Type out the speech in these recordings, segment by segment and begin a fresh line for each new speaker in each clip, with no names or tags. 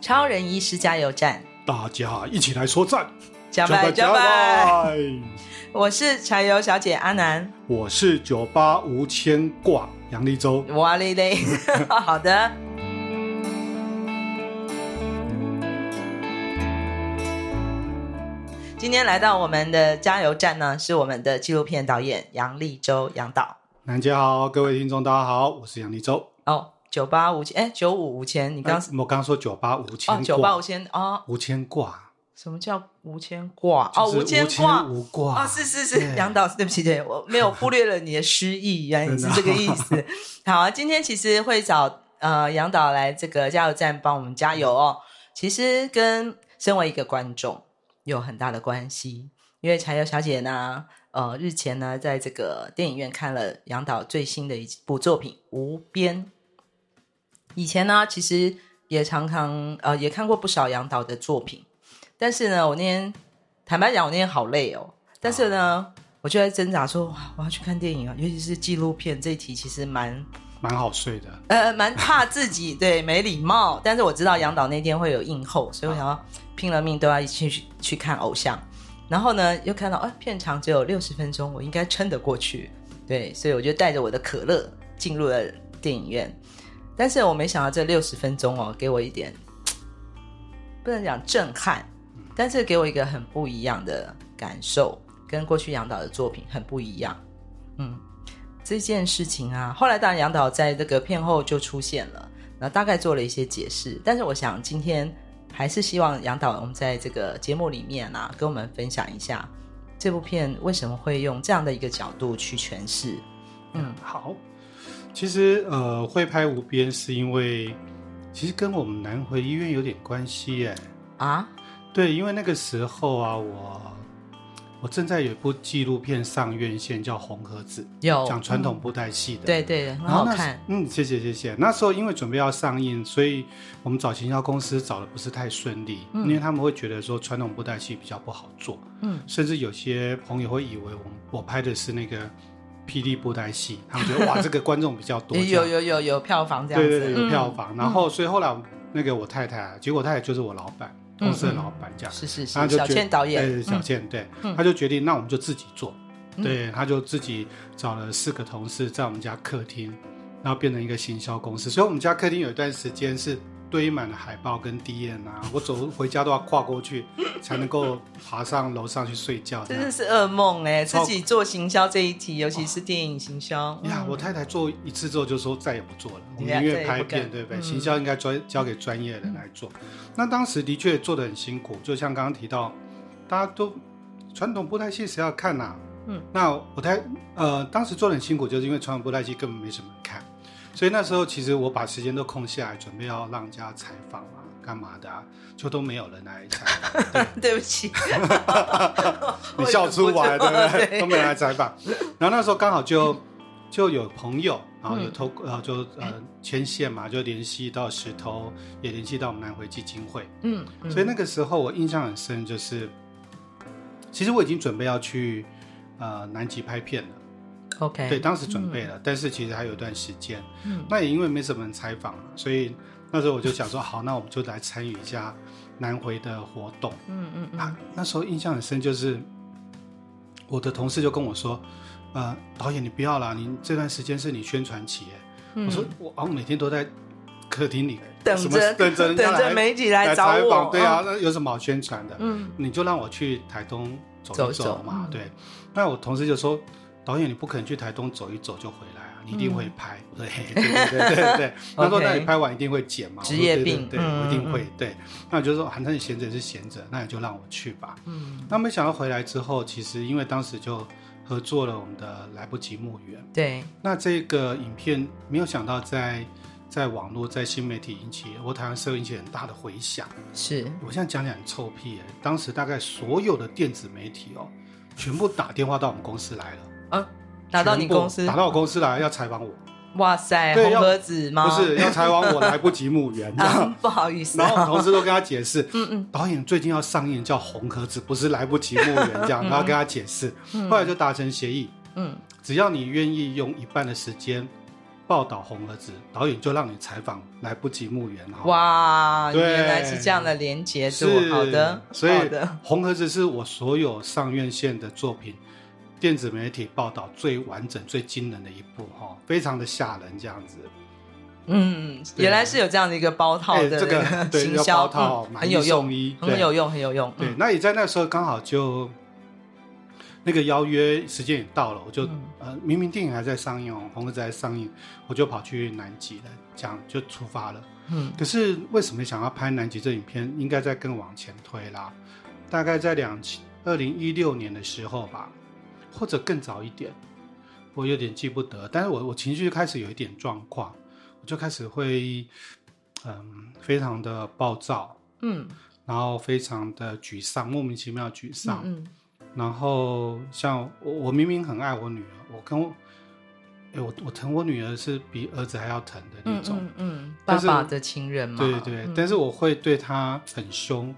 超人医师加油站，
大家一起来说赞，
加拜
加
加拜！
拜！
我是柴油小姐阿南，
我是九八无牵挂杨立洲，
哇嘞嘞，啊 好的。今天来到我们的加油站呢，是我们的纪录片导演杨立洲杨导。
南姐好，各位听众大家好，我是杨立洲。
哦，九八五千，哎，九五五千，你刚、
哎我刚说九八无牵
哦
挂，
九八五千哦，
无牵挂，
什么叫无牵挂？哦，
就是
无
无
牵挂
牵。无挂
哦，是是是，
对
杨导，对不起，对我没有忽略了你的诗意，原来你是
真的
这个意思。好啊，今天其实会找呃杨导来这个加油站帮我们加油哦，其实跟身为一个观众有很大的关系，因为柴油小姐呢，呃，日前呢在这个电影院看了杨导最新的一部作品《无边》，以前呢其实也常常呃也看过不少杨导的作品，但是呢，我那天坦白讲，我那天好累哦，但是呢。我就在挣扎说，哇，我要去看电影啊！尤其是纪录片这一题，其实蛮
蛮好睡的。
呃，蛮怕自己对没礼貌，但是我知道杨导那天会有映后，所以我想要拼了命都要一起去去看偶像。然后呢，又看到哎、片长只有六十分钟，我应该撑得过去。对，所以我就带着我的可乐进入了电影院。但是我没想到这六十分钟哦，给我一点不能讲震撼，但是给我一个很不一样的感受，跟过去杨导的作品很不一样。嗯，这件事情啊，后来当然杨导在这个片后就出现了，然后大概做了一些解释。但是我想今天还是希望杨导我们在这个节目里面啊，跟我们分享一下这部片为什么会用这样的一个角度去诠释。嗯，
好，其实呃，会拍无边是因为，其实跟我们南回医院有点关系耶。
啊，
对，因为那个时候啊，我我正在有一部纪录片上院线，叫《红盒子》，
有
讲传统布袋戏的。
哦嗯对对，很
然后
好
那时
看。
嗯，谢谢谢谢。那时候因为准备要上映，所以我们找行销公司找的不是太顺利，因为他们会觉得说传统布袋戏比较不好做，
嗯，
甚至有些朋友会以为我们我拍的是那个霹雳布袋戏，他们 觉得哇这个观众比较多，这
有
样
有有有票房这样
对
子，
对对有
嗯
票房。然后所以后来那个我太太啊，结果太太就是我老板
嗯
公司的老板这样，
是是
然后
是，
就
小
决
倩导
对
演，
小
嗯
倩，对
嗯，
他就决定，那我们就自己做。
嗯
对，他就自己找了四个同事在我们家客厅，然后变成一个行销公司。所以我们家客厅有一段时间是堆满了海报跟 D N 啊，我走路回家都要跨过去才能够爬上楼上去睡觉。这
真
样
的是噩梦哎，自
超
己做行销这一题，尤其是电影行销，
呀
嗯，
我太太做一次之后就说再也不做了，我
对
们
呀
宁愿
再也
拍
不干
片，对不对？
嗯
行销应该专交给专业的来做。那当时的确做的很辛苦，就像刚刚提到，大家都传统布袋戏谁要看呐、
嗯，
那我太呃当时做的很辛苦，就是因为传统布袋戏根本没什么人看，所以那时候其实我把时间都空下来，准备要让人家采访啊，干嘛的、啊，就都没有人来采访。
对不起，
你笑出来，对不 对？都没人来
有。
采访。然后那时候刚好就就有朋友，然后有
嗯
透，然后就呃牵线嘛，就联系到石头，也联系到我们南回基金会。
嗯，嗯
所以那个时候我印象很深，就是其实我已经准备要去呃南极拍片了，
OK，
对，当时准备了，但是其实还有一段时间。
哎嗯
那也因为没什么人采访嘛，所以那时候我就想说，好，那我们就来参与一下南回的活动。
嗯嗯嗯，
啊，那时候印象很深，就是我的同事就跟我说，呃，导演你不要啦，你这段时间是你宣传期耶。
嗯
我说我啊，我每天都在客厅里
等
什么
着
等着人家
等着
来
媒体来找
采
我
访，，对啊，那有什么好宣传的？
嗯，
你就让我去台东走
走
一
一
走
走
嘛。
嗯
对，那我同事就说，导演你不可能去台东走一走就回来啊，你一定会拍。对对对对对，他说
嗯 OK
那你拍完一定会剪嘛？我说
职业
对对
病
对，
嗯
我一定会。对，那我就说，啊那你闲着也是闲着，那你就让我去吧。
嗯，
那没想到回来之后，其实因为当时就合作了我们的来不及墓园。
对，
那这个影片没有想到在在网络在新媒体引起我台湾社会引起很大的回响。
是
我现在讲起来很臭屁耶、当时大概所有的电子媒体哦，全部打电话到我们公司来了，
啊，拿到你
全部
公司
打，到我公司来要采访我，
哇塞，
对
红
要
盒子吗？
不是要采访我来不及墓园，你知道
啊
吗，
不好意思
然后我
啊，
们同事都跟他解释，
嗯嗯，
导演最近要上映叫《红盒子》，不是来不及墓园这 样，然后跟他解释，后来就达成协议，
嗯，
只要你愿意用一半的时间报道红盒子，导演就让你采访来不及墓园哈。
哇，
对
原来是这样的连接度
是，
好的，
所以
好的，
红盒子是我所有上院线的作品，电子媒体报道最完整、最惊人的一部哈，非常的吓人这样子。
嗯，
对
原来是有这样的一个包套
哎
的
这个
那
对
行
要
销，
包套
嗯
买
很
一
有
送一
用，
对
很有用，很有用，
对
嗯，
那也在那时候刚好就那个邀约时间也到了，我就、
嗯
呃明明电影还在上映哦，红盒子还在上映，我就跑去南极了，这样就出发了。
嗯，
可是为什么想要拍南极这影片？应该再更往前推啦，大概在两千二零一六年的时候吧，或者更早一点，我有点记不得。但是我我情绪开始有一点状况，我就开始会嗯非常的暴躁，
嗯
然后非常的沮丧，莫名其妙沮丧。
嗯
然后像我，我明明很爱我女儿，我跟我，哎，我我疼我女儿是比儿子还要疼的那
嗯
种。
嗯嗯，爸
但是
爸的情人嘛，
对对，
嗯
但是我会对她很凶，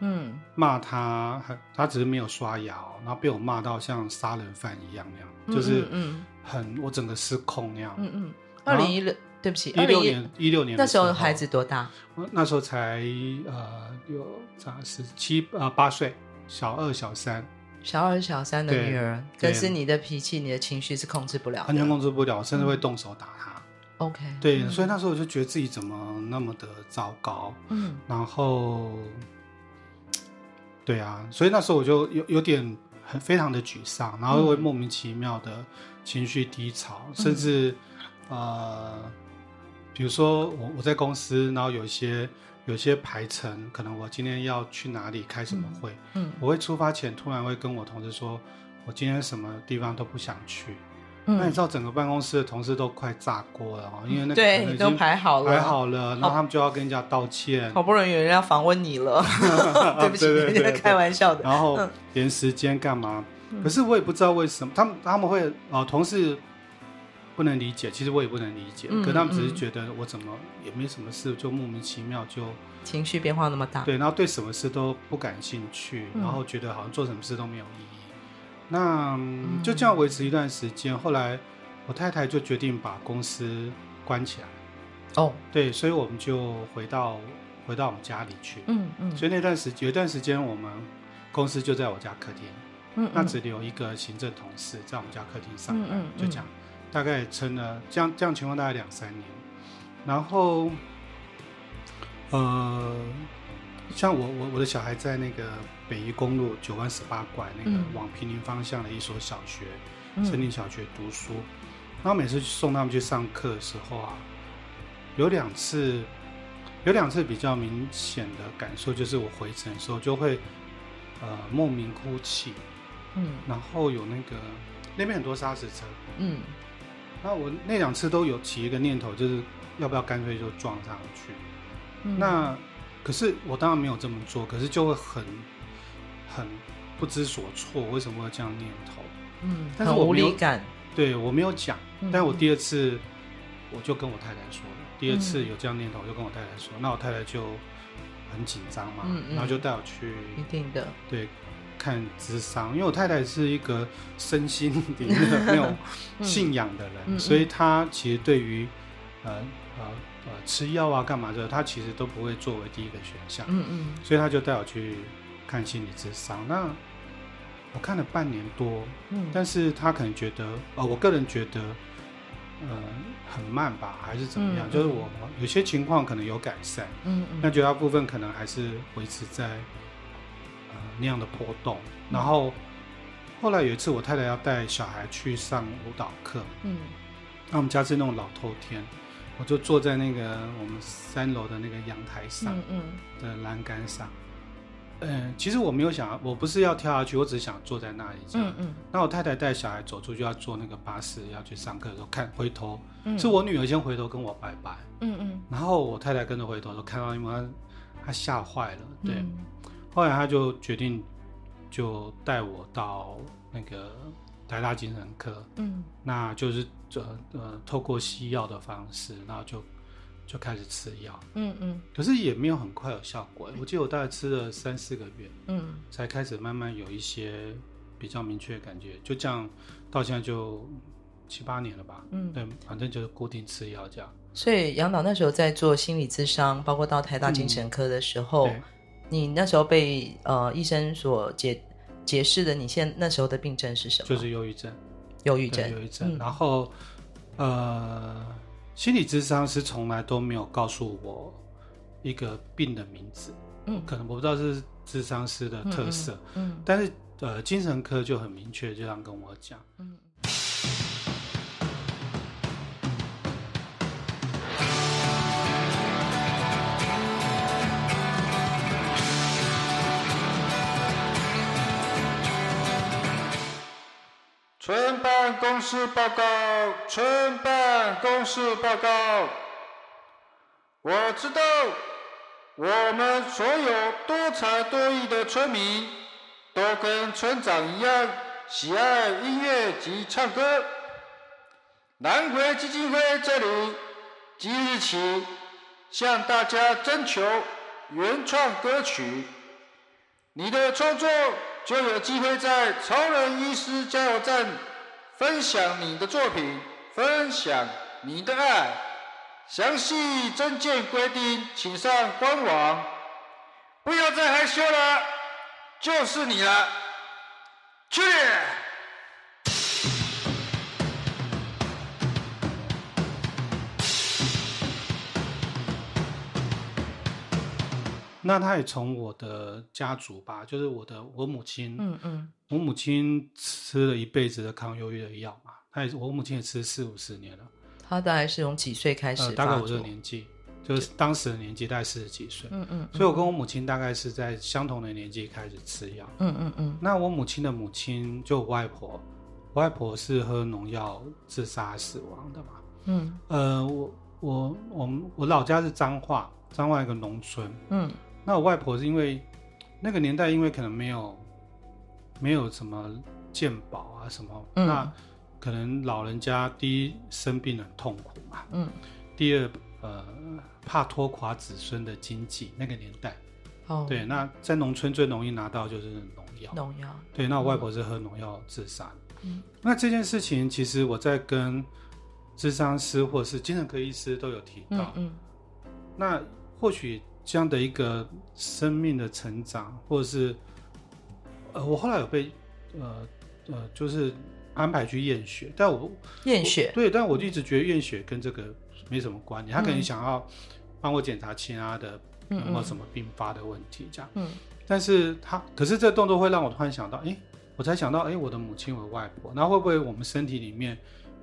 嗯，
骂她，她只是没有刷牙哦、然后被我骂到像杀人犯一样那样，
嗯
就是
嗯
很我整个失控那样。
嗯嗯，二
然后
零一六，对不起，
一六
2016
年，一六年的
那时候孩子，多大？
我那时候才呃有咋十七呃八岁，小二小三，
小二、小三的
对
女儿，
对
但是你的脾气、你的情绪是控制不了
完全
的。
控制不了，甚至会动手打她。
OK，
对，
嗯
所以那时候我就觉得自己怎么那么的糟糕，
嗯
然后，对啊，所以那时候我就有有点很非常的沮丧，然后会莫名其妙的情绪低潮，
嗯
甚至呃，比如说我我在公司，然后有一些有一些排程，可能我今天要去哪里开什么会，
嗯
我会出发前突然会跟我同事说，我今天什么地方都不想去，那你
嗯
知，道整个办公室的同事都快炸锅了哦，因为那个可能
对，
已
都
经
排好了，哦
排好了，然后他们就要跟人家道歉，
好不容易有人要访问你 了， 对不起，
啊对对对对
开玩笑嗯的。
然后连时间干嘛？可是我也不知道为什么，他们他们会呃同事不能理解，其实我也不能理解，
嗯
可他们只是
嗯
觉得我怎么也没什么事，就莫名其妙就
情绪变化那么大，
对，然后对什么事都不感兴趣，
嗯
然后觉得好像做什么事都没有意义。那嗯就这样维持一段时间，后来我太太就决定把公司关起来。
哦，
对，所以我们就回到回到我们家里去。
嗯嗯，
所以那段时有一段时间，我们公司就在我家客厅，
嗯
那
嗯
只留一个行政同事在我们家客厅上班，
嗯嗯嗯
就这样，大概撑了这样这样情况大概两三年。然后，呃，像我我我的小孩在那个北宜公路九弯十八拐那个
嗯
往平林方向的一所小学，
嗯
森林小学读书。然后每次去送他们去上课的时候啊，有两次，有两次比较明显的感受就是我回程的时候就会，呃，莫名哭泣，
嗯
然后有那个那边很多砂石车，
嗯
那我那两次都有起一个念头，就是要不要干脆就撞上去。
嗯，
那可是我当然没有这么做，可是就会很很不知所措，为什么会有这样的念头？
嗯，
但是
很
我
无
没有
力感，
对我没有讲
嗯，
但我第二次我就跟我太太说了，第二次
嗯
有这样念头，我就跟我太太说，那我太太就很紧张嘛，
嗯嗯
然后就带我去
一定的，
对看智商，因为我太太是一个身心灵 的那种信仰的人，
嗯嗯
所以她其实对于呃呃呃吃药啊干嘛的，她其实都不会作为第一个选项，
嗯嗯
所以她就带我去看心理智商。那我看了半年多，
嗯，
但是他可能觉得，呃，我个人觉得，呃很慢吧，还是怎么样？
嗯
就是我有些情况可能有改善，
嗯
那绝大部分可能还是维持在呃那样的波动。
嗯
然后后来有一次，我太太要带小孩去上舞蹈课，
嗯
那我们家是那种老头天，我就坐在那个我们三楼的那个阳台上
嗯嗯
的栏杆上。嗯，其实我没有想要，我不是要跳下去，我只是想坐在那里这样。
嗯嗯
那我太太带小孩走出去要坐那个巴士要去上课的时候，看回头、
嗯，
是我女儿先回头跟我拜拜，
嗯嗯
然后我太太跟着回头，就看到因为她她吓坏了，对，
嗯
后来她就决定就带我到那个台大精神科，
嗯
那就是呃呃透过西药的方式，然后就就开始吃药，
嗯嗯
可是也没有很快有效果，我记得我大概吃了三四个月，
嗯
才开始慢慢有一些比较明确的感觉，就这样到现在就七八年了吧。
嗯
对，反正就是固定吃药这样。
所以杨导那时候在做心理咨商，包括到台大精神科的时候，
嗯对，
你那时候被呃医生所解解释的，你现那时候的病症是什么？
就是忧郁症，
忧郁
对
症。
忧郁症。
嗯
然后，呃，心理咨商师从来都没有告诉我一个病的名字，
嗯
可能我不知道是咨商师的特色，
嗯
但是呃，精神科就很明确，就这样跟我讲。
嗯
全办公室报告，全办公室报告。我知道，我们所有多才多艺的村民，都跟村长一样喜爱音乐及唱歌。南回基金会这里即日起向大家征求原创歌曲。你的创作就有机会在超人医师加油站分享你的作品，分享你的爱。详细证件规定，请上官网。不要再害羞了，就是你了，去！
那他也从我的家族吧，就是我的我母亲，
嗯嗯
我母亲吃了一辈子的抗忧郁的药嘛，她也是我母亲也吃四五十年了，
他大概是从几岁开始、
呃，大概我这个。年纪，就是当时的年纪大概四十几岁，
嗯嗯
所以我跟我母亲大概是在相同的年纪开始吃药。
嗯嗯嗯
那我母亲的母亲就我外婆，我外婆是喝农药自杀死亡的嘛，
嗯
呃，我我我们我老家是彰化，彰化一个农村，
嗯
那我外婆是因为那个年代，因为可能没有没有什么健保啊什么，
嗯
那可能老人家第一生病很痛苦嘛，
嗯，
第二呃怕拖垮子孙的经济。那个年代，
哦，
对，那在农村最容易拿到就是农药，
农药。
对，那我外婆是喝农药自杀的。
嗯
那这件事情，其实我在跟智商师或是精神科医师都有提
嗯
到，
嗯
那或许这样的一个生命的成长，或者是呃，我后来有被呃呃，就是安排去验血，但我
验血。
对，但我就一直觉得验血跟这个没什么关系，他可能
嗯
想要帮我检查其他的有
嗯
没有
嗯
什么并发的问题这样，
嗯
但是他可是这动作会让我突然想到，诶，我才想到，诶，我的母亲，我的外婆，那会不会我们身体里面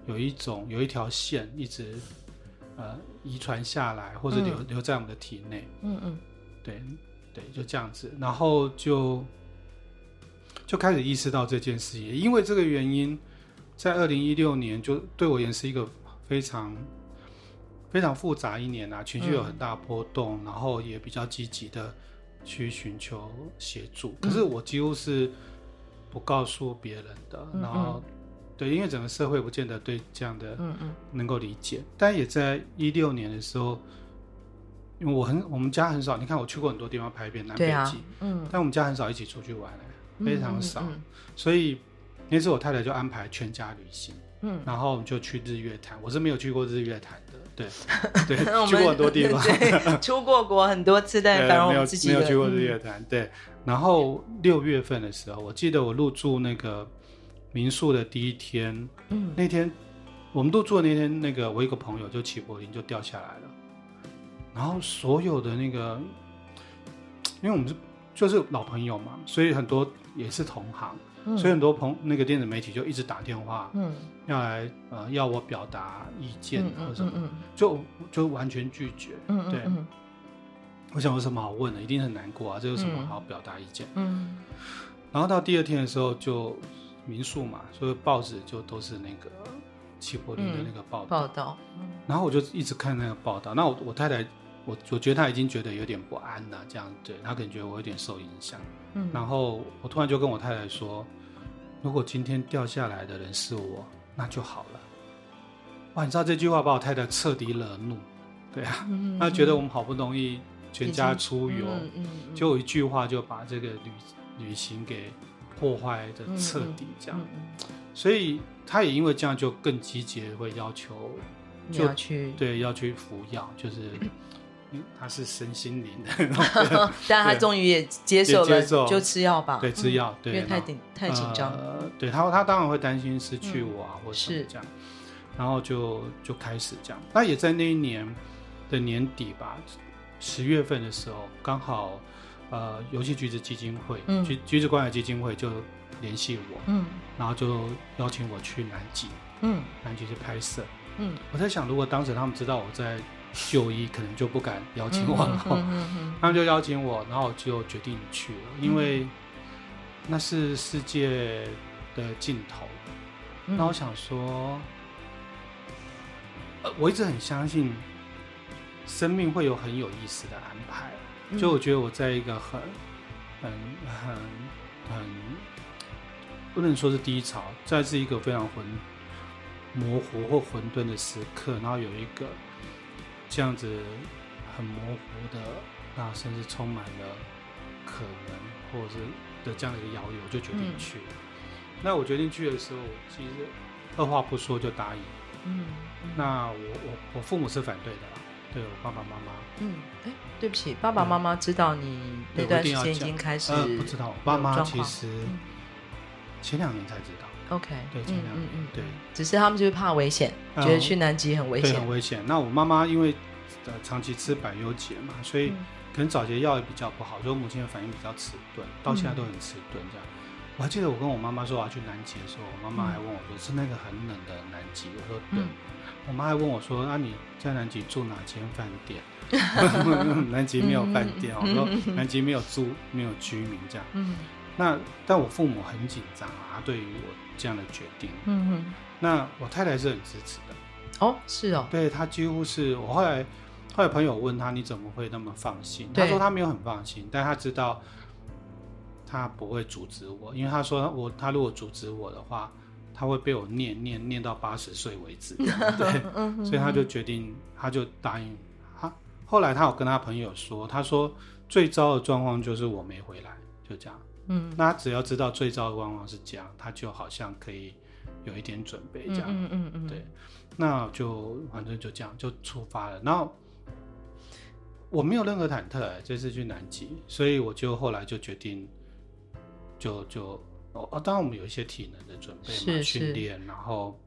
有一种有一条线一直呃遗传下来，或者留、留在我们的体内？
嗯嗯
对对，就这样子，然后就就开始意识到这件事情，也因为这个原因，在二零一六年就对我而言是一个非常非常复杂一年啊，情绪有
嗯
很大波动，然后也比较积极的去寻求协助，可是
嗯
我几乎是不告诉别人的，
嗯
然后对，因为整个社会不见得对这样的
嗯嗯
能够理解，但也在一六年的时候，因为我很我们家很少，你看我去过很多地方拍片，南北
对
极，
啊 嗯，
但我们家很少一起出去玩、
嗯
非常少，
嗯
所以那次我太太就安排全家旅行，
嗯
然后我们就去日月潭，我是没有去过日月潭的， 对对
嗯，我，
去
们
过很多地 方，
对，出过国很多次，但
对
反而我
没有
们自己
没有
的嗯
去过日月潭，对。然后六月份的时候，我记得我入住那个民宿的第一天，
嗯
那天我们入住的那天，那个我一个朋友就起柏林就掉下来了，然后所有的那个，因为我们是就是老朋友嘛，所以很多也是同行，
嗯
所以很多朋那个电子媒体就一直打电话
嗯
要来呃要我表达意见
嗯
或
嗯
什么，
嗯
就就完全拒绝。
嗯
对
嗯
我想有什么好问的，一定很难过啊，这有什么好表达意见？
嗯
然后到第二天的时候就民宿嘛，所以报纸就都是那个齐柏林的那个报
嗯，
道。
报道，嗯
然后我就一直看那个报道，那我我太太，我我觉得她已经觉得有点不安了，这样对她可能觉得我有点受影响。
嗯
然后我突然就跟我太太说，如果今天掉下来的人是我，那就好了。哇，你知道这句话把我太太彻底惹怒，对啊，
嗯
她觉得我们好不容易全家
已经
出游，
嗯嗯嗯
就有一句话就把这个旅旅行给破坏的
嗯
彻底，这样，
嗯嗯
所以他也因为这样就更积极地会要求，
你
就
要去，
对，要去服药，就是嗯他是身心灵的那种，
但他终于也接受
也
了，
接受
就吃药吧，
对，吃药，
嗯，
对，
因为太
然后
紧太紧张了，
呃，对他他当然会担心失去我啊、或者
是
这样，然后就就开始这样。那也在那一年的年底吧，十月份的时候，刚好呃游戏橘子基金会，
嗯
橘橘子关怀基金会就联系我，
嗯
然后就邀请我去南极，
嗯
南极去拍摄。
嗯，
我在想，如果当时他们知道我在就医，可能就不敢邀请我了
嗯。嗯嗯
他们就邀请我，然后我就决定去了，因为那是世界的尽头。
嗯，
那、我想说，呃，我一直很相信生命会有很有意思的安排。
嗯
就我觉得我在一个很、很、很、很，不能说是低潮，在是一个非常混模糊或混沌的时刻，然后有一个这样子很模糊的，那甚至充满了可能或者是的这样的一个邀约，我就决定
嗯
去。那我决定去的时候，我其实二话不说就答应。
嗯嗯
那我我我父母是反对的啦，对我爸爸妈妈。
嗯，哎，对不起，爸爸妈妈知道你那
嗯对
段
我
时
一定要
间已
讲
经开始
呃，不知道，我爸妈
有状
其
况
实
嗯
前两年才知道，
OK，
对
嗯
前两
嗯
年
嗯，
对，
只是他们就是怕危险，
嗯
觉得去南极很危
对，
险，
很危险。那我妈妈因为呃长期吃百忧解嘛，所以
嗯
可能早期药也比较不好，所以我母亲的反应比较迟钝，到现在都很迟钝这样。我还记得我跟我妈妈说我要去南极的时候，我妈妈还问我说：“是那个很冷的南极？”我说：“对。
嗯
我妈还问我说：“那、啊你在南极住哪间饭店？” 南极没有饭店，我说南极没有住，没有居民这样。
嗯
那但我父母很紧张啊，对于我这样的决定。
嗯嗯，
那我太太是很支持的，
哦，是哦，
对她几乎是我后来后来朋友问她你怎么会那么放心？
对
她说她没有很放心，但她知道她不会阻止我，因为她说我她如果阻止我的话，她会被我念念念到八十岁为止。对，
嗯
所以她就决定，她就答应。她后来她有跟她朋友说，她说最糟的状况就是我没回来，就这样。
嗯
那他只要知道最糟的往往是这样，他就好像可以有一点准备
嗯
这样。
嗯嗯嗯，
对，那就反正就这样就出发了。然后我没有任何忐忑、欸，这次去南极，所以我就后来就决定就就哦，哦当然我们有一些体能的准备嘛，
是是
训练，然后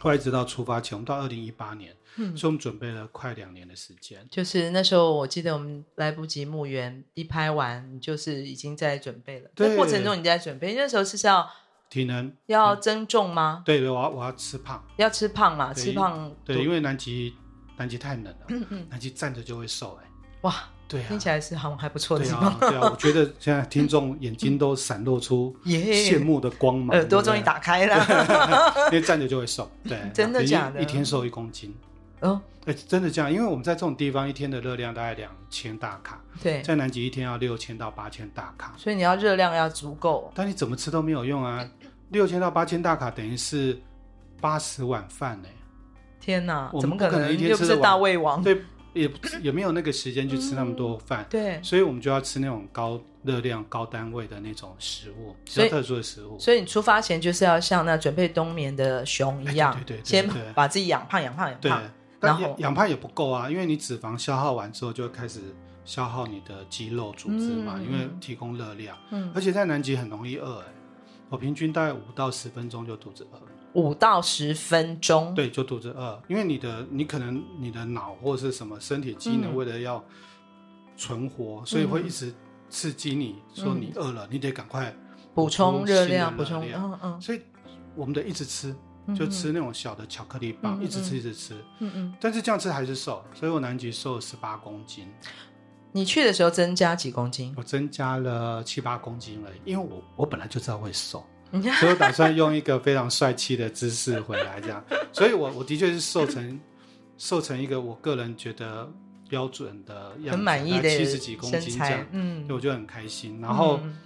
后来直到出发前，我们到二零一八年，
嗯
所以我们准备了快两年的时间。
就是那时候，我记得我们来不及墓园一拍完，你就是已经在准备了。
对嗯
那过程中你在准备，那时候是要
体能
要增重吗？
对，我要我要吃胖，
要吃胖嘛？
对
吃胖
对，因
为
为南极南极太冷了，
嗯
南极站着就会瘦、欸，哎。
哇，
对啊，
听起来是好像还不错的
对
地
啊
方，，
对啊，我觉得现在听众眼睛都闪 露出
耶
羡慕的光芒，
耳朵
对
呃终
不
于
对，
打开了。
因为站着就 会瘦，对，
真的
一
假的
一天瘦一公斤，
哦，
哎，真的这样，因为我们在这种地方一天的热量大概两千大卡，
对，
在南极一天要六千到八千大卡，
所以你要热量要足够。
但你怎么吃都没有用啊，六千到八千大卡等于是八十碗饭呢、
天哪，
我
怎
们
么
不可能一天
又不
吃
是
得
大
完
胃王？
对，也不也没有那个时间去吃那么多饭，
嗯对，
所以我们就要吃那种高热量、高单位的那种食物，比
所
较
以
特殊的食物。
所以你出发前就是要像那准备冬眠的熊一样，
哎对对对对对
先把自己养胖、养胖、养
对
胖。，然
但
后
养养胖也不够啊，因为你脂肪消耗完之后，就会开始消耗你的肌肉组织嘛，
嗯
因为提供热量。
嗯
而且在南极很容易饿、欸，我平均大概五到十分钟就肚子饿了。
五到十分钟，
对，就肚子饿，因为你的你可能你的脑或是什么身体机能
嗯
为了要存活，所以会一直刺激你说
嗯
你饿了，你得赶快
补充热量，补
补充
充
新的热量
嗯嗯
所以我们得一直吃，
嗯，
就吃那种小的巧克力棒，
嗯嗯
一直吃一直吃。
嗯，嗯嗯。
但是这样吃还是瘦，所以我南极瘦了十八公斤，
你去的时候增加几公斤？
我增加了七八公斤而已。因为我我本来就知道 会瘦，
你看，
所以我打算用一个非常帅气的姿势回来，这样。所以我我的确是瘦成瘦成一个我个人觉得标准的样子，
很满意的
七十几公
身
斤这样
材，，嗯
所以，我就很开心。然后。
嗯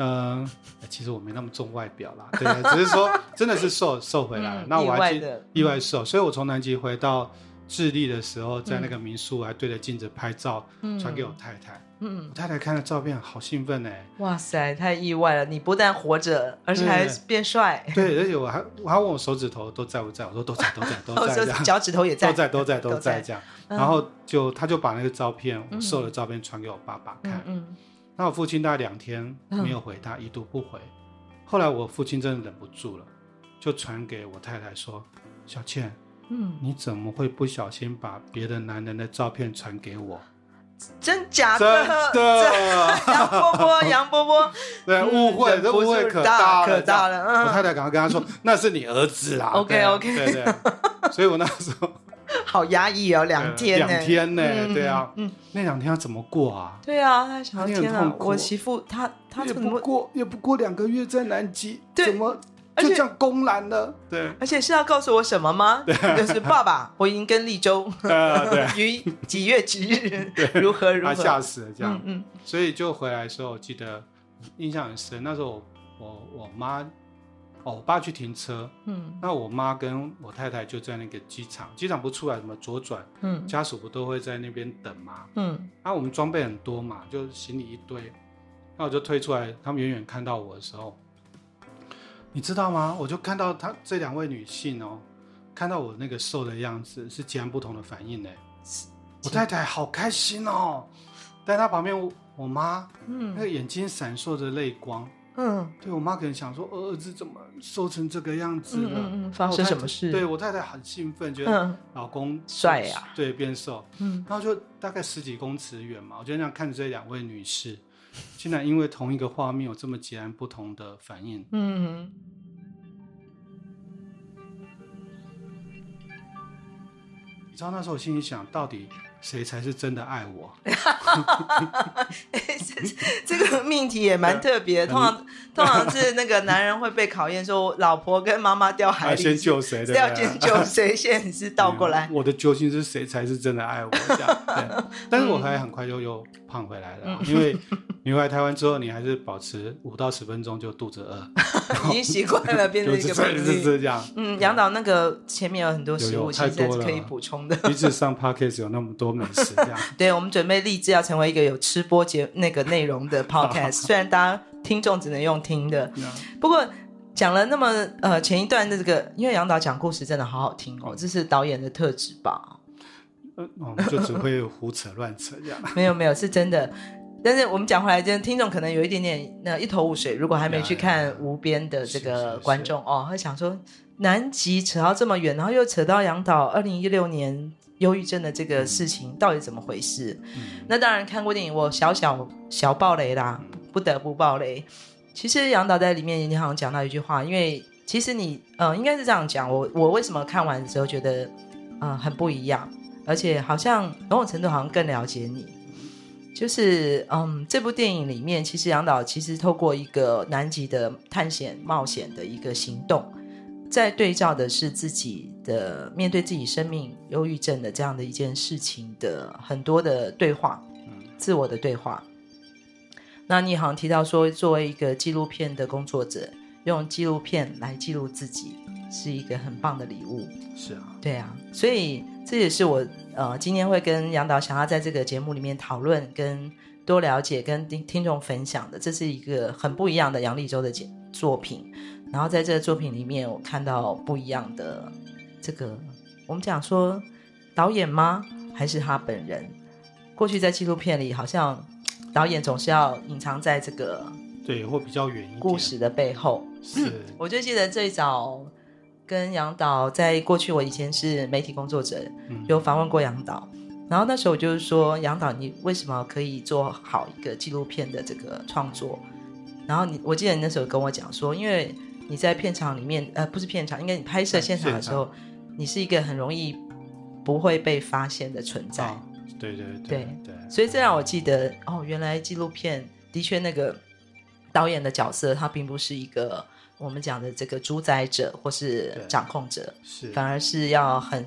嗯、其实我没那么重外表啦，对啊，只是说真的是瘦瘦回来了。
嗯
那我
意
还
外
记
的嗯
意外瘦，所以我从南极回到智利的时候，在那个民宿还对着镜子拍照，
嗯
传给我太太。
嗯
我，太太看了照片，好兴奋哎、
哇塞，太意外了！你不但活着，而且还
对
变帅，
对，而且我还我还问我手指头都在不在，我说都在都在都
我
在
说
这样，
哦脚趾头也
都
在，
在都在都
都在
在这样。
嗯
然后就他就把那个照片，我瘦的
嗯
照片传给我爸爸看
嗯。嗯
那我父亲大概两天
嗯
没有回他，已读不回。后来我父亲真的忍不住了，就传给我太太说：“小倩，
嗯，
你怎么会不小心把别的男人的照片传给我
真？”假
真
啊 的？
的，
杨波 波，杨波波，
对，
嗯
误会，
忍
这
不
误会
住
可
大
了，
可大
这样
了嗯
我太太赶快 跟他说：“那是你儿子啦。
OK，
对啊
OK
对对。所以我那时候
好压抑哦，两天呢，
两
嗯
天呢，对啊，
嗯，嗯
那两天要怎么过啊？
对啊，他想
你
说
很
天啊
痛，苦
我媳妇她她
也
怎么
不
会，
过也不过两个月在南极，
对
怎么
而
就
且
这样公然了？对，
而且是要告诉我什么吗？就是爸爸，我已经跟立州
呃，对，
于几月几日如何 如
他吓
何，
死了这样
嗯。嗯
所以就回来的时候，我记得印象很深。那时候我我我妈哦，我爸去停车，
嗯
那我妈跟我太太就在那个机场，机场不出来什么左转，
嗯
家属不都会在那边等吗？
嗯
啊，我们装备很多嘛，就行李一堆，那我就推出来，他们远远看到我的时候，你知道吗？我就看到她这两位女性哦，看到我那个瘦的样子是截然不同的反应呢。我太太好开心哦，但她旁边我我妈那
嗯
个眼睛闪烁着泪光，
嗯
对我妈可能想说，呃儿子怎么瘦成这个样子了？
嗯嗯发生
然后我太
什么事
对我太太很兴奋，觉得
嗯
老公
帅啊呀
对，变瘦。
嗯
然后就大概十几公尺远嘛，我就这样看着这两位女士，竟然因为同一个画面有这么截然不同的反应。
嗯
你知道那时候我心里想，到底谁才是真的爱我？
哎这个命题也蛮特别，通常通常是那个男人会被考验，说老婆跟妈妈掉海
要
里，
先救谁？对不对啊
要先救谁？现在是倒过来
嗯，我的揪心是谁才是真的爱我？这样，对。 但是我还很快就又胖回来了啊，
嗯
因为你回来台湾之后，你还是保持五到十分钟就肚子饿，
已经习惯了，变成
就
一
是
个
这
频
是
率。
这样。
嗯，杨导那个前面有很多食
有
物，
有
其实
太多
是
了
可以补充的。
一直上 podcast 有那么多美食，这样。
对，我们准备立志要成为一个有吃播节那个内容的 podcast，虽然大家听众只能用听的，
啊
不过讲了那么呃前一段的这个，因为杨导讲故事真的好好听
嗯
哦，这是导演的特质吧？
呃我们就只会胡扯乱扯这样。
没有没有，是真的。但是我们讲回来，真的听众可能有一点点那一头雾水。如果还没去看
呀呀
《无边》的这
啊是
个
是是
观众哦，会想说南极扯到这么远，然后又扯到杨导二零一六年忧郁症的这个事情，到底怎么回事？
嗯，
那当然看过电影，我小小小爆雷啦，不得不爆雷。其实杨导在里面，你好像讲到一句话，因为其实你，呃，应该是这样讲。我我为什么看完之后觉得，呃，很不一样，而且好像某种程度好像更了解你。就是，嗯，这部电影里面，其实杨导其实透过一个南极的探险冒险的一个行动，在对照的是自己的面对自己生命忧郁症的这样的一件事情的很多的对话，自我的对话。那你好像提到说，作为一个纪录片的工作者，用纪录片来记录自己是一个很棒的礼物。
是啊，
对啊，所以这也是我呃今天会跟杨导想要在这个节目里面讨论、跟多了解、跟听听众分享的，这是一个很不一样的杨立洲的节作品。然后在这个作品里面，我看到不一样的这个，我们讲说导演吗？还是他本人？过去在纪录片里，好像导演总是要隐藏在这个
对，或比较远一点。
故事的背后。
是，
我就记得最早，跟杨导在过去，我以前是媒体工作者，
嗯
有访问过杨导。然后那时候我就是说，杨导，你为什么可以做好一个纪录片的这个创作？然后你，我记得你那时候跟我讲说，因为你在片场里面，呃，不是片场，应该你拍摄
嗯
现场的
现
时候，你是一个很容易不会被发现的存在。
啊，对对
对
对，
所以这让我记得哦，原来纪录片的确那个导演的角色，他并不是一个我们讲的这个主宰者或是
对
掌控者，
是
反而是要很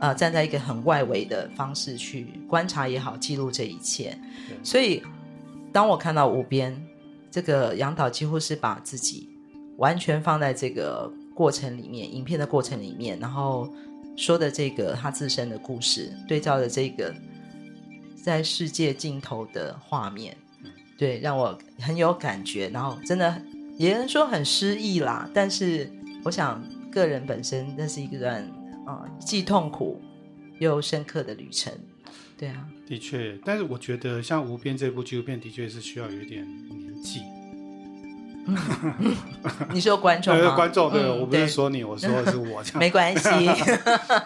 呃站在一个很外围的方式去观察也好，记录这一切。
对
所以当我看到无边这个杨导，几乎是把自己完全放在这个过程里面，影片的过程里面，然后说的这个他自身的故事，对照的这个在世界尽头的画面，对，让我很有感觉，然后真的也能说很诗意啦，但是我想个人本身那是一段啊、呃既痛苦又深刻的旅程，对 啊，
的确，但是我觉得像《无边》这部纪录片，的确是需要有一点年纪。
你说观众
呃，
吗？
观众，对、
嗯
我不是说你，我说的是我，这样
没关 系，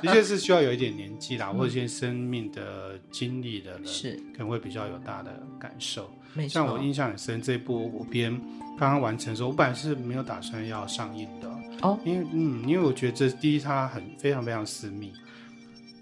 的确是需要有一点年纪啦，或者一些生命的经历的人，
是
可能会比较有大的感受。
没
像我
错。
印象很深，这部《无边》刚刚完成的时候，我本来是没有打算要上映的，
哦，
因为嗯，因为我觉得这第一它很非常非常私密，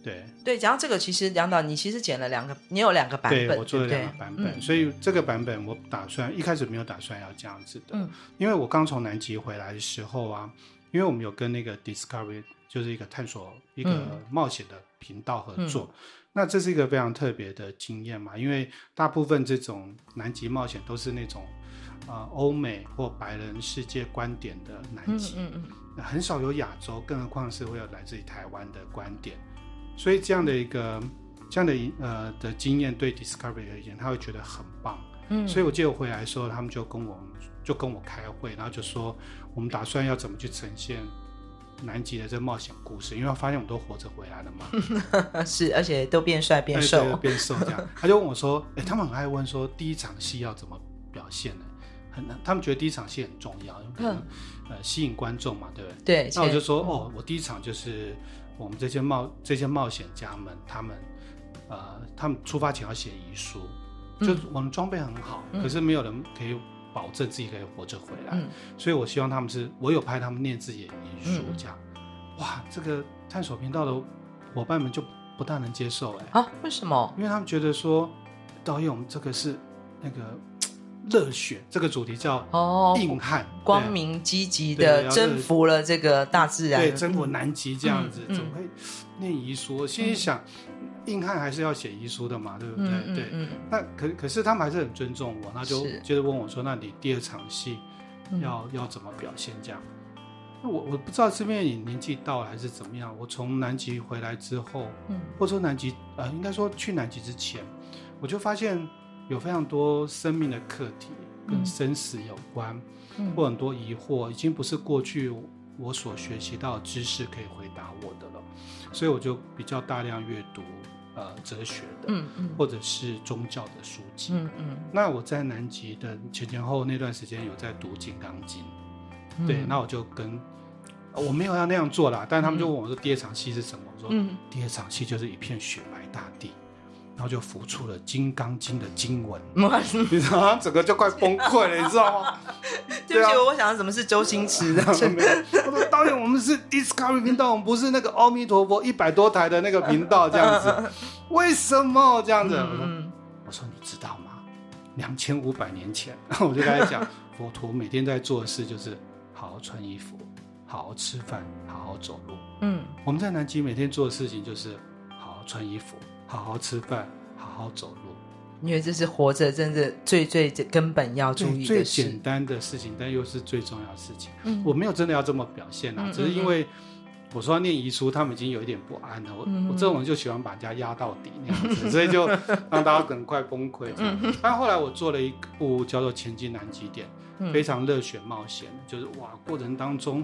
对，
对，讲到这个，其实梁导，你其实剪了两个，你有两个版本，
对
对
我做了
不对
两个版本，
嗯
所以这个版本我打算一开始没有打算要这样子的，
嗯
因为我刚从南极回来的时候啊，因为我们有跟那个 Discovery 就是一个探索一个
嗯
冒险的频道合作，那这是一个非常特别的经验嘛，因为大部分这种南极冒险都是那种呃欧美或白人世界观点的南
嗯
极，
嗯嗯，
很少有亚洲，更何况是会有来自于台湾的观点，所以这样的一个这样的一呃的经验对 Discovery 而言，他会觉得很棒。
嗯
所以我记得我回来的时候，他们就跟我就跟我开会，然后就说我们打算要怎么去呈现南极的这冒险故事，因为发现我们都活着回来了 嘛，
嗯是，而且都变帅变
哎
瘦
对，变瘦 这样。他就问我说：“哎、他们很爱问说第一场戏要怎么表现呢？很，他们觉得第一场戏很重要，因为可能、
嗯
呃吸引观众嘛，对不对？
对，
那我就
前
说，哦，我第一场就是我们这些冒这些冒险家们，他们呃，他们出发前要写遗书，
嗯
就是我们装备很好，可是没有人可以保证自己可以活着回来，
嗯
所以我希望他们是，我有拍他们念自己的遗书
嗯
这样。哇，这个探索频道的伙伴们就不大能接受哎、
啊，为什么？
因为他们觉得说，导演我们这个是那个热血，这个主题叫
哦，
硬汉、
光
对
明积极
对
的
要
征服了这个大自然，
对，征服南极这样子，
嗯嗯
怎么会念遗书？我心里想，硬汉还是要写遗书的嘛，对不对？
嗯嗯
对。
嗯
那可可是他们还是很尊重我，那就是接着问我说：“那你第二场戏
嗯
要、要怎么表现？”这样，那我我不知道是因为你年纪到了还是怎么样。我从南极回来之后，
嗯
或者说南极呃，应该说去南极之前，我就发现有非常多生命的课题跟
嗯
生死有关。
嗯
或很多疑惑，已经不是过去我所学习到的知识可以回答我的了，所以我就比较大量阅读呃哲学的，
嗯嗯
或者是宗教的书籍。
嗯嗯
那我在南极的前前后后那段时间有在读《金刚经》，
嗯，
对，那我就跟呃我没有要那样做啦，但他们就问我说第二场戏是什么，我说、
嗯
第二场戏就是一片雪白大地，然后就浮出了《金刚经》的经文，
哇
你知道吗，整个就快崩溃了，你知道吗？
对
对
不
啊
起，我想怎么是周星驰的？
没有，我说导演，我们是 Discovery 频道，我们不是那个阿弥陀佛一百多台的那个频道，这样子，为什么这样子？我说，
嗯
我说你知道吗？两千五百年前，然后我就跟他讲，佛陀每天在做的事就是好好穿衣服，好好吃饭，好好走路。
嗯
我们在南极每天做的事情就是好好穿衣服，好好吃饭，好好走路。
因为这是活着，真的最最最根本要注
最
意
最
的
简
事。
单的事情，但又是最重要的事情。
嗯
我没有真的要这么表现啊，
嗯
只是因为我说要念遗书，他们已经有一点不安了。我、
嗯
我这种人就喜欢把人家压到底那 样子，所以就让大家很快崩溃这样。
嗯
但后来我做了一部叫做《前进南极点》，
嗯
非常热血冒险，就是哇，过程当中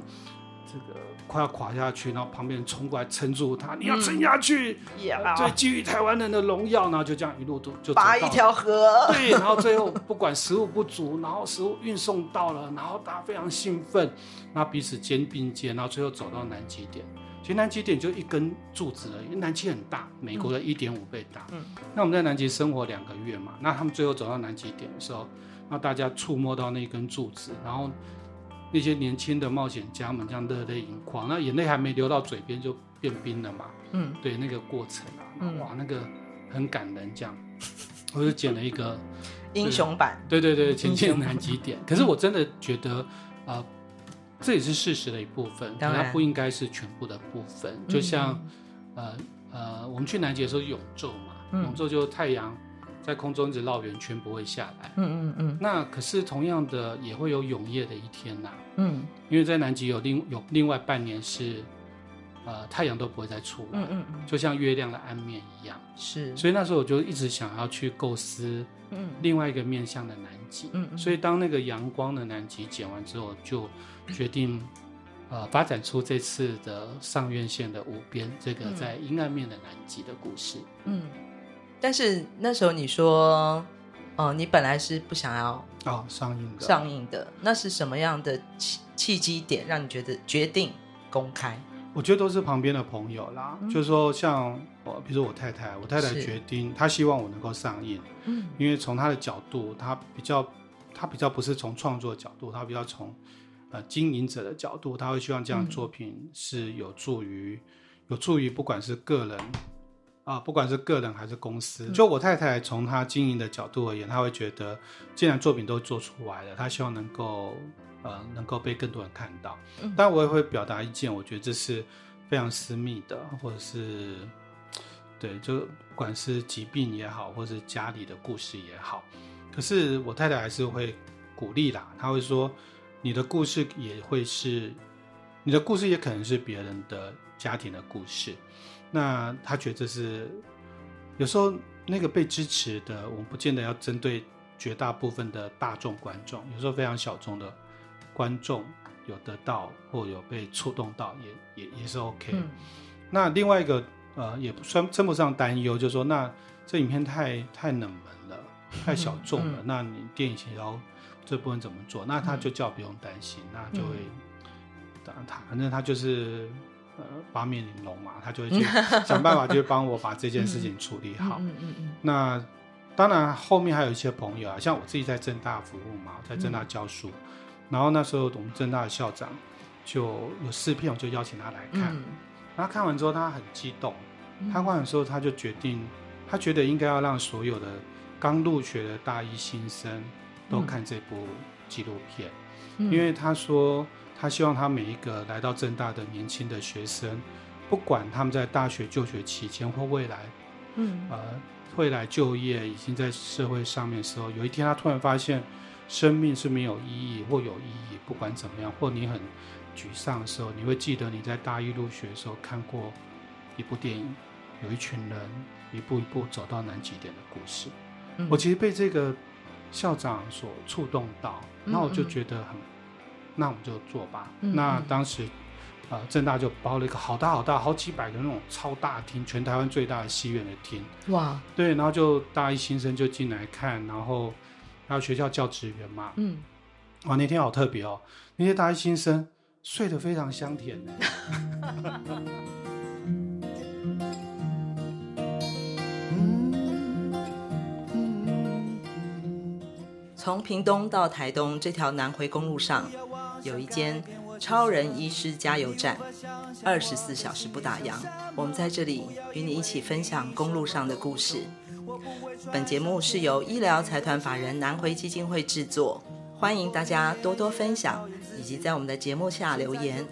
这个快要垮下去，然后旁边人冲过来撑住他，
嗯
你要撑下去，对，基于台湾人的荣耀，然后就这样一路都就走
拔
到
一条河，
对，然后最后不管食物不足，然后食物运送到了，然后大家非常兴奋，然后彼此肩并肩，然后最后走到南极点。其实南极点就一根柱子而已，因为南极很大，美国的一点五倍大。
嗯
那我们在南极生活两个月嘛，那他们最后走到南极点的时候，那大家触摸到那根柱子，然后那些年轻的冒险家们这样热泪盈眶，那眼泪还没流到嘴边就变冰了嘛。
嗯，
对那个过程啊，
嗯
哇，那个很感人，这样。我就剪了一个，
英雄版，
对对对，前进南极点。 可是我真的觉得，呃，这也是事实的一部分，可
当然嗯
它不应该是全部的部分。就像，呃呃，我们去南极的时候永昼嘛，
嗯
永昼就太阳在空中一直绕圆圈不会下来。
嗯嗯嗯
那可是同样的也会有永夜的一天呐、
嗯
因为在南极有另有另外半年是，呃，太阳都不会再出来，
嗯嗯嗯，
就像月亮的暗面一样。
是，
所以那时候我就一直想要去构思
嗯
另外一个面向的南极。
嗯嗯
所以当那个阳光的南极剪完之后，就决定呃发展出这次的上院线的无边这个
嗯
在阴暗面的南极的故事。
嗯。但是那时候你说，哦，你本来是不想要
哦，上映的
上映的，那是什么样的契契机点让你觉得决定公开？
我觉得都是旁边的朋友啦，
嗯
就是说像我，比如说我太太，我太太
是
决定，她希望我能够上映，
嗯
因为从她的角度，她比较，她比较不是从创作角度，她比较从呃经营者的角度，她会希望这样
嗯
作品是有助于、有助于不管是个人啊、不管是个人还是公司，
嗯
就我太太从她经营的角度而言，她会觉得既然作品都做出来了，她希望能够呃能够被更多人看到。
嗯
但我也会表达意见，我觉得这是非常私密的，或者是对，就不管是疾病也好，或是家里的故事也好，可是我太太还是会鼓励啦，她会说你的故事也会是你的故事，也可能是别人的家庭的故事。那她觉得是有时候那个被支持的，我们不见得要针对绝大部分的大众观众，有时候非常小众的观众有得到或有被触动到，也也也是 OK 的。
嗯
那另外一个呃，也不算称不上担忧，就是说那这影片太太冷门了，太小众了，
嗯
那你电影行销这部分怎么做？那他就叫不用担心，那就会，当
嗯
然他反正他就是呃八面玲珑嘛，他就会去 想办法去帮我把这件事情处理好。
嗯嗯嗯
那当然，后面还有一些朋友啊，像我自己在正大服务嘛，我在正大
嗯
教书，然后那时候我们正大的校长就有四片，我就邀请他来看。
嗯
然后看完之后，他很激动，
嗯，
他看完之后，他就决定，他觉得应该要让所有的刚入学的大一新生都看这部纪录片，
嗯
因为他说他希望他每一个来到正大的年轻的学生，不管他们在大学就学期间或未来
嗯
呃未来就业已经在社会上面的时候，有一天他突然发现生命是没有意义或有意义，不管怎么样，或你很沮丧的时候，你会记得你在大一入学的时候看过一部电影，有一群人一步一步走到南极点的故事。
嗯
我其实被这个校长所触动到，
嗯
那我就
嗯
觉得很，那我们就做吧。
嗯
那
嗯
当时，呃，正大就包了一个好大好大好几百个那种超大厅，全台湾最大的戏院的厅。
哇
对，然后就大一新生就进来看，然后还有学校教职员嘛。
嗯
哇，那天好特别哦，那些大一新生睡得非常香甜呢。
从屏东到台东这条南回公路上，有一间超人医师加油站，二十四小时不打烊。我们在这里与你一起分享公路上的故事。本节目是由医疗财团法人南回基金会制作，欢迎大家多多分享，以及在我们的节目下留言，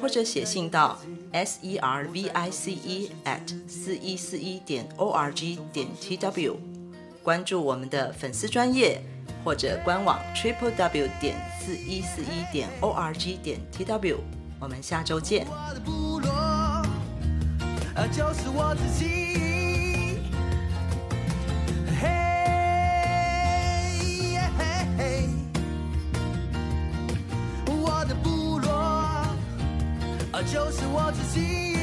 或者写信到 s e r v i c e at 四一四一点 o r g 点 t w。关注我们的粉丝专业或者官网 triple w 点四一四一点 o r g 点 t w。我们下周见。
我的部落，呃，就是我自己。嘿，耶嘿嘿我的部落，
就是我自己。